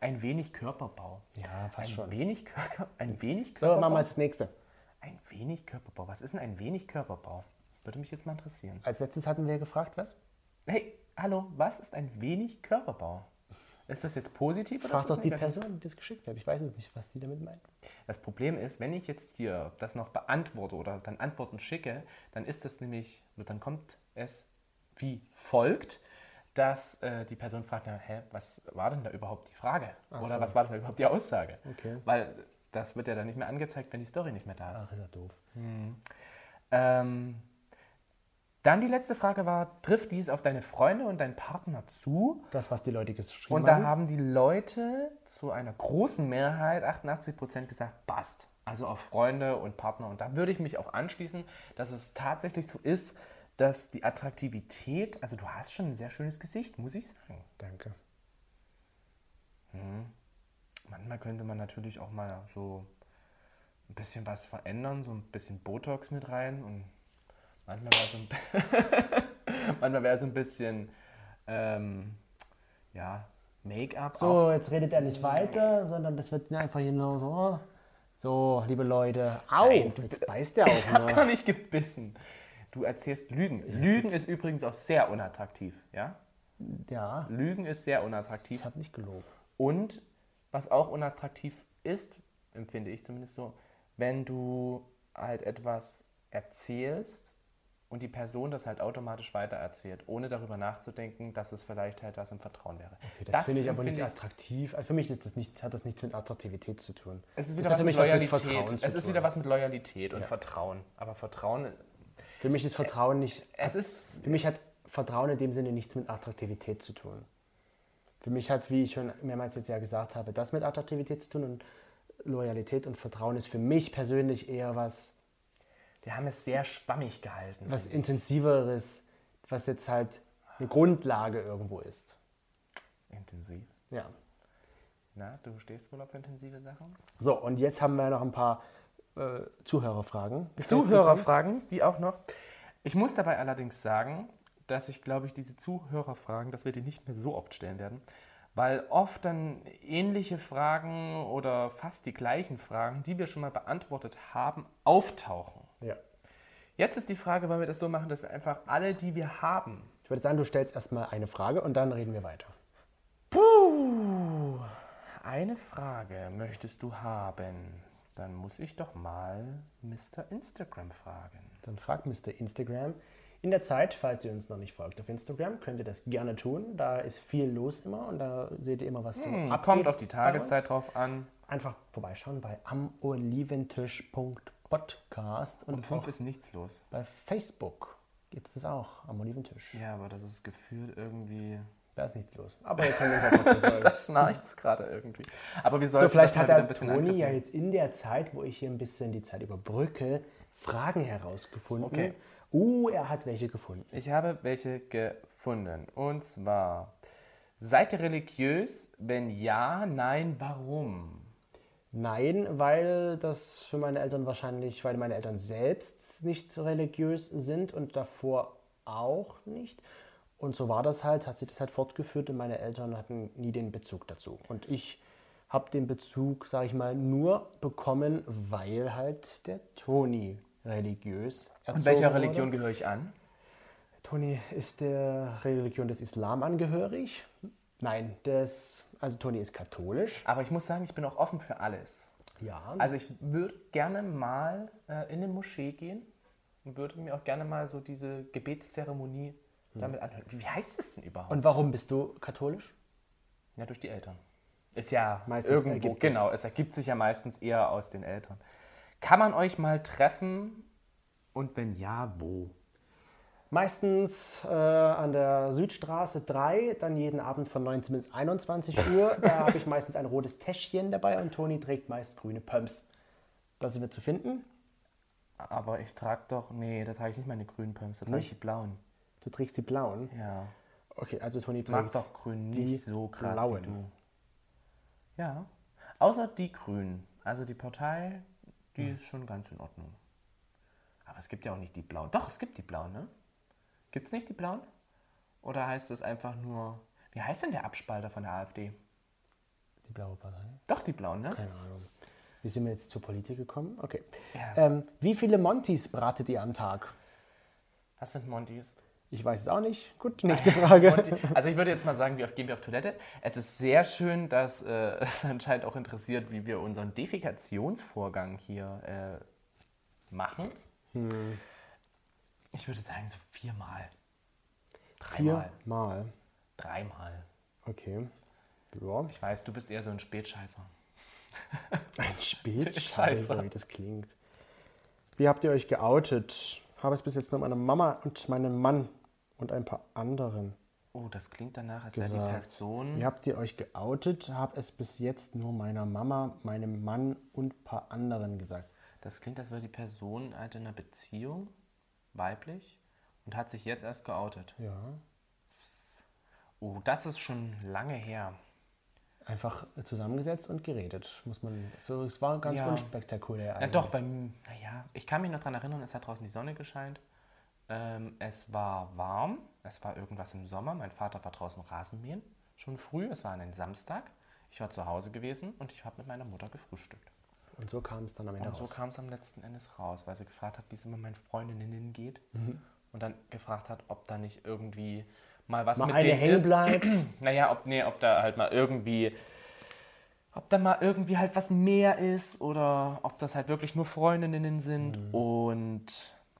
B: ein wenig Körperbau.
A: Ja, fast
B: ein
A: schon.
B: Wenig Körper, ein wenig
A: So,
B: Körperbau.
A: machen wir als nächste.
B: Ein wenig Körperbau. Was ist denn ein wenig Körperbau? Würde mich jetzt mal interessieren.
A: Als letztes hatten wir gefragt, was?
B: Hey, hallo, was ist ein wenig Körperbau? Ist das jetzt positiv oder
A: Frag
B: ist das
A: doch die
B: negativ?
A: Person, die das geschickt hat. Ich weiß es nicht, was die damit meint.
B: Das Problem ist, wenn ich jetzt hier das noch beantworte oder dann Antworten schicke, dann ist das nämlich, oder dann kommt es wie folgt, dass äh, die Person fragt, na, hä, was war denn da überhaupt die Frage? oder
A: so.
B: was war denn da überhaupt die Aussage?
A: Okay.
B: Weil das wird ja dann nicht mehr angezeigt, wenn die Story nicht mehr da ist.
A: Ach, ist ja doof.
B: Ähm, dann die letzte Frage war, trifft dies auf deine Freunde und deinen Partner zu?
A: Das, was die Leute geschrieben
B: Und da
A: haben.
B: haben die Leute zu einer großen Mehrheit, 88 Prozent, gesagt, passt. Also auf Freunde und Partner. Und da würde ich mich auch anschließen, dass es tatsächlich so ist, dass die Attraktivität, also du hast schon ein sehr schönes Gesicht, muss ich sagen.
A: Danke.
B: Manchmal könnte man natürlich auch mal so ein bisschen was verändern, so ein bisschen Botox mit rein und manchmal wäre so ein, manchmal wäre so ein <laughs> bisschen ähm, ja, Make-up. auch-
A: So, jetzt redet er nicht weiter, sondern das wird einfach hier nur so. So, liebe Leute. Au,
B: Nein, du-
A: jetzt beißt er
B: Ich
A: <laughs>
B: habe
A: auch noch.
B: gar nicht gebissen. Du erzählst Lügen. Lügen ist übrigens auch sehr unattraktiv, ja?
A: Ja,
B: Lügen ist sehr unattraktiv.
A: ich habe nicht gelogen.
B: Und was auch unattraktiv ist, empfinde ich zumindest so, wenn du halt etwas erzählst und die Person das halt automatisch weitererzählt, ohne darüber nachzudenken, dass es vielleicht halt was im Vertrauen wäre.
A: Okay, das finde ich aber
B: empfinde
A: nicht attraktiv. Also für mich ist das nicht, hat das nichts mit Attraktivität zu tun.
B: Es ist
A: Das
B: wieder
A: hat
B: was
A: für mich
B: mit Loyalität.
A: Vertrauen zu
B: es ist
A: tun.
B: wieder was mit Loyalität und Vertrauen. Aber Vertrauen,
A: Für mich ist Vertrauen nicht
B: es ist
A: Für mich hat Vertrauen in dem Sinne nichts mit Attraktivität zu tun. Für mich hat, wie ich schon mehrmals jetzt ja gesagt habe, das mit Attraktivität zu tun und Loyalität und Vertrauen ist für mich persönlich eher was,
B: die haben es sehr spammig gehalten.
A: was intensiveres, was jetzt halt eine Grundlage irgendwo ist.
B: Intensiv.
A: Ja.
B: Na, du stehst wohl auf intensive Sachen?
A: So, und jetzt haben wir noch ein paar äh, Zuhörerfragen.
B: Zuhörerfragen, die auch noch. Ich muss dabei allerdings sagen, dass ich glaube ich diese Zuhörerfragen, dass wir die nicht mehr so oft stellen werden, weil oft dann ähnliche Fragen oder fast die gleichen Fragen, die wir schon mal beantwortet haben, auftauchen.
A: Ja.
B: Jetzt ist die Frage, wollen wir das so machen, dass wir einfach alle, die wir haben,
A: Ich würde sagen, du stellst erstmal eine Frage und dann reden wir weiter.
B: Puh, eine Frage möchtest du haben? Dann muss ich doch mal Mr. Instagram fragen.
A: Dann fragt Mr. Instagram. In der Zeit, falls ihr uns noch nicht folgt auf Instagram, könnt ihr das gerne tun. Da ist viel los immer und da seht ihr immer was zum
B: Hm,
A: Abgeht
B: Kommt auf die
A: bei
B: Tageszeit
A: uns.
B: drauf an.
A: Einfach vorbeischauen bei amoliventisch.podcast und
B: Um fünf ist nichts los.
A: bei Facebook gibt es das auch, am Oliventisch.
B: Ja, aber das ist gefühlt irgendwie.
A: Da ist nichts los. Aber ihr könnt uns ja trotzdem folgen.
B: <laughs> Das schnarcht gerade irgendwie. Aber wir sollten
A: So, vielleicht
B: das mal
A: hat
B: wieder
A: der Toni
B: angriffen.
A: ja jetzt in der Zeit, wo ich hier ein bisschen die Zeit überbrücke, Fragen herausgefunden.
B: Okay.
A: Uh, er hat welche gefunden.
B: Ich habe welche gefunden. Und zwar: Seid ihr religiös? Wenn ja, nein, warum?
A: Nein, weil das für meine Eltern wahrscheinlich, weil meine Eltern selbst nicht so religiös sind und davor auch nicht. Und so war das halt, hat sich das halt fortgeführt und meine Eltern hatten nie den Bezug dazu. Und ich habe den Bezug, sage ich mal, nur bekommen, weil halt der Toni religiös
B: Und
A: erzogen
B: welcher
A: wurde.
B: Religion gehöre ich an?
A: Toni ist der Religion des Islam angehörig? Nein, des, also Toni ist katholisch.
B: Aber ich muss sagen, ich bin auch offen für alles.
A: Ja.
B: Also ich würde gerne mal äh, in eine Moschee gehen und würde mir auch gerne mal so diese Gebetszeremonie damit anhören. Wie wie heißt das denn überhaupt?
A: Und warum bist du katholisch?
B: ja, durch die Eltern. Ist ja
A: Meistens
B: irgendwo,
A: ergibt
B: genau, es ergibt sich ja meistens eher aus den Eltern. Kann man euch mal treffen? Und wenn ja, wo?
A: Meistens äh, an der Südstraße 3, dann jeden Abend von 19 bis <laughs> 21 Uhr. Da habe ich meistens ein rotes Täschchen dabei und Toni trägt meist grüne Pumps. Da sind wir zu finden.
B: Aber ich trage doch, nee, da trage ich nicht meine grünen Pumps, da trage ich die blauen.
A: Du trägst die blauen.
B: Ja,
A: Okay, also Toni
B: mag
A: trägt
B: doch grün
A: die
B: nicht so krass
A: blauen.
B: wie du. Ja, außer die grünen. Also die Partei, die
A: Hm.
B: ist schon ganz in Ordnung. Aber es gibt ja auch nicht die blauen. Doch, es gibt die blauen, ne? Gibt es nicht die blauen? Oder heißt das einfach nur, wie heißt denn der Abspalter von der AfD?
A: die blaue Partei.
B: Doch, die blauen, ne?
A: Keine Ahnung. Wie sind wir jetzt zur Politik gekommen? Okay.
B: Ja.
A: Ähm, wie viele Montys bratet ihr am Tag?
B: Was sind Montys?
A: Ich weiß es auch nicht. Gut, <laughs> nächste Frage.
B: Monty. Also ich würde jetzt mal sagen, wie oft gehen wir auf Toilette? Es ist sehr schön, dass äh, <laughs> es anscheinend auch interessiert, wie wir unseren Defikationsvorgang hier äh, machen. Ich würde sagen, so viermal. Dreimal.
A: Viermal.
B: Dreimal.
A: Okay. Ja.
B: Ich weiß, du bist eher so ein Spätscheißer.
A: <laughs> Ein
B: Scheiße.
A: Spätscheißer, wie das klingt. Wie habt ihr euch geoutet? Habe es bis jetzt nur meiner Mama und meinem Mann und ein paar anderen.
B: Oh, das klingt danach, als wäre die
A: gesagt.
B: Person.
A: Wie habt ihr euch geoutet? Habe es bis jetzt nur meiner Mama, meinem Mann und ein paar anderen gesagt.
B: Das klingt, als wäre die Person halt in einer Beziehung, weiblich, und hat sich jetzt erst geoutet.
A: Ja.
B: Oh, das ist schon lange her.
A: Einfach zusammengesetzt und geredet. Muss man. So, es war ganz
B: Ja.
A: unspektakulär.
B: Ja,
A: eigentlich.
B: doch, beim. Naja, ich kann mich noch dran erinnern, es hat draußen die Sonne gescheint. Ähm, es war warm, es war irgendwas im Sommer. Mein Vater war draußen Rasenmähen, schon früh. Es war an einem Samstag. Ich war zu Hause gewesen und ich habe mit meiner Mutter gefrühstückt.
A: Und so kam es dann am Ende
B: Und so
A: raus.
B: kam es am letzten Endes raus, weil sie gefragt hat, wie es immer meinen Freundinnen geht.
A: Mhm.
B: Und dann gefragt hat, ob da nicht irgendwie mal was
A: Mal
B: mit
A: eine
B: denen
A: hängen
B: ist.
A: bleibt.
B: <clears throat> Naja, ob, nee, ob da halt mal irgendwie, ob da mal irgendwie halt was mehr ist oder ob das halt wirklich nur Freundinnen sind. Und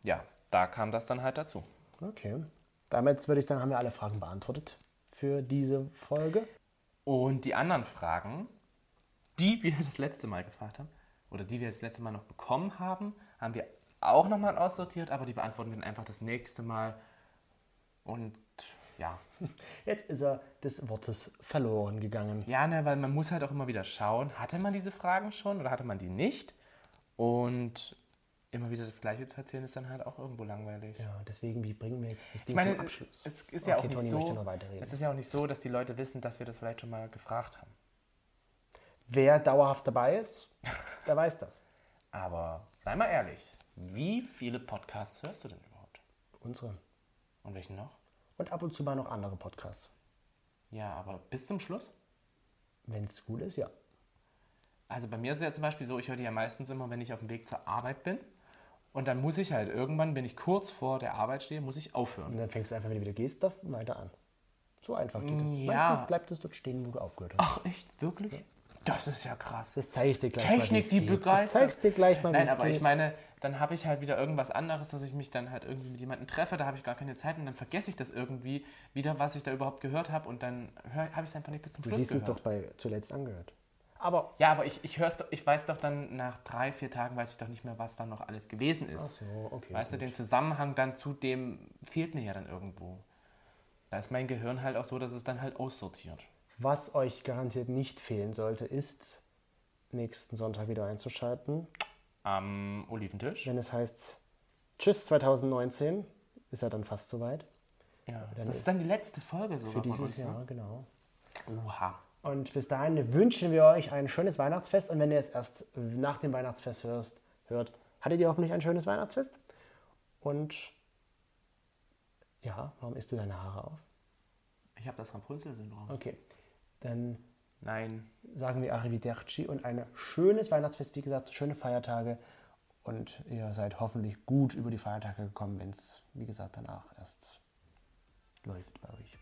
B: ja, da kam das dann halt dazu.
A: Okay. Damit würde ich sagen, haben wir alle Fragen beantwortet für diese Folge. <laughs>
B: Und die anderen Fragen, die wir <laughs> das letzte Mal gefragt haben, oder die wir das letzte Mal noch bekommen haben, haben wir auch nochmal aussortiert, aber die beantworten wir dann einfach das nächste Mal. Und ja.
A: Jetzt ist er des Wortes verloren gegangen.
B: Ja, ne, weil man muss halt auch immer wieder schauen, hatte man diese Fragen schon oder hatte man die nicht? Und immer wieder das Gleiche zu erzählen, ist dann halt auch irgendwo langweilig.
A: Ja, deswegen, wie bringen wir jetzt das Ding
B: Ich meine,
A: zum Abschluss?
B: es ist ja
A: Okay,
B: auch nicht
A: Toni möchte noch
B: so,
A: weiterreden.
B: es ist ja auch nicht so, dass die Leute wissen, dass wir das vielleicht schon mal gefragt haben.
A: Wer dauerhaft dabei ist, der weiß das.
B: Aber sei mal ehrlich, wie viele Podcasts hörst du denn überhaupt?
A: Unsere.
B: Und welchen noch?
A: Und ab und zu mal noch andere Podcasts.
B: Ja, aber bis zum Schluss?
A: Wenn es gut ist, ja.
B: Also bei mir ist es ja zum Beispiel so, ich höre die ja meistens immer, wenn ich auf dem Weg zur Arbeit bin. Und dann muss ich halt irgendwann, wenn ich kurz vor der Arbeit stehe, muss ich aufhören.
A: Und dann fängst du einfach, wenn du wieder gehst, da weiter an. So einfach geht es.
B: Ja.
A: Meistens bleibt es dort stehen, wo du aufgehört hast.
B: Ach echt? Wirklich? Das ist ja krass.
A: Das zeige ich dir gleich mal.
B: Technik,
A: wie's
B: die
A: geht.
B: begeistert.
A: Ich zeig's dir gleich mal, wie
B: Nein,
A: es
B: aber
A: geht.
B: ich meine, dann habe ich halt wieder irgendwas anderes, dass ich mich dann halt irgendwie mit jemandem treffe, da habe ich gar keine Zeit und dann vergesse ich das irgendwie wieder, was ich da überhaupt gehört habe und dann hör- habe ich es einfach nicht bis zum
A: du
B: Schluss
A: siehst
B: gehört.
A: es doch bei zuletzt angehört. Aber
B: Ja, aber ich, ich, hör's doch, ich weiß doch dann nach drei, vier Tagen, weiß ich doch nicht mehr, was dann noch alles gewesen ist.
A: Ach so, okay,
B: Weißt du, den Zusammenhang dann zu dem fehlt mir ja dann irgendwo. Da ist mein Gehirn halt auch so, dass es dann halt aussortiert.
A: was euch garantiert nicht fehlen sollte, ist nächsten Sonntag wieder einzuschalten.
B: Am Oliventisch.
A: Wenn es heißt Tschüss 2019, ist ja dann fast soweit.
B: Ja. Das ist dann die letzte Folge sogar
A: Für
B: von
A: dieses
B: uns. ne?
A: Jahr, genau.
B: Oha.
A: Und bis dahin wünschen wir euch ein schönes Weihnachtsfest. Und wenn ihr jetzt erst nach dem Weihnachtsfest hörst, hört, hattet ihr hoffentlich ein schönes Weihnachtsfest? Und ja, warum isst du deine Haare auf?
B: Ich habe das Rapunzel-Syndrom.
A: Okay, dann
B: Nein.
A: sagen wir Arrivederci und ein schönes Weihnachtsfest, wie gesagt, schöne Feiertage. Und ihr seid hoffentlich gut über die Feiertage gekommen, wenn es, wie gesagt, danach erst läuft bei euch.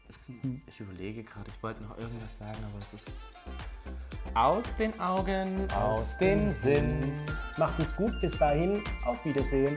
B: Ich überlege gerade, ich wollte noch irgendwas sagen, aber es ist aus den Augen, aus, dem Sinn.
A: Macht es gut, bis dahin, auf Wiedersehen.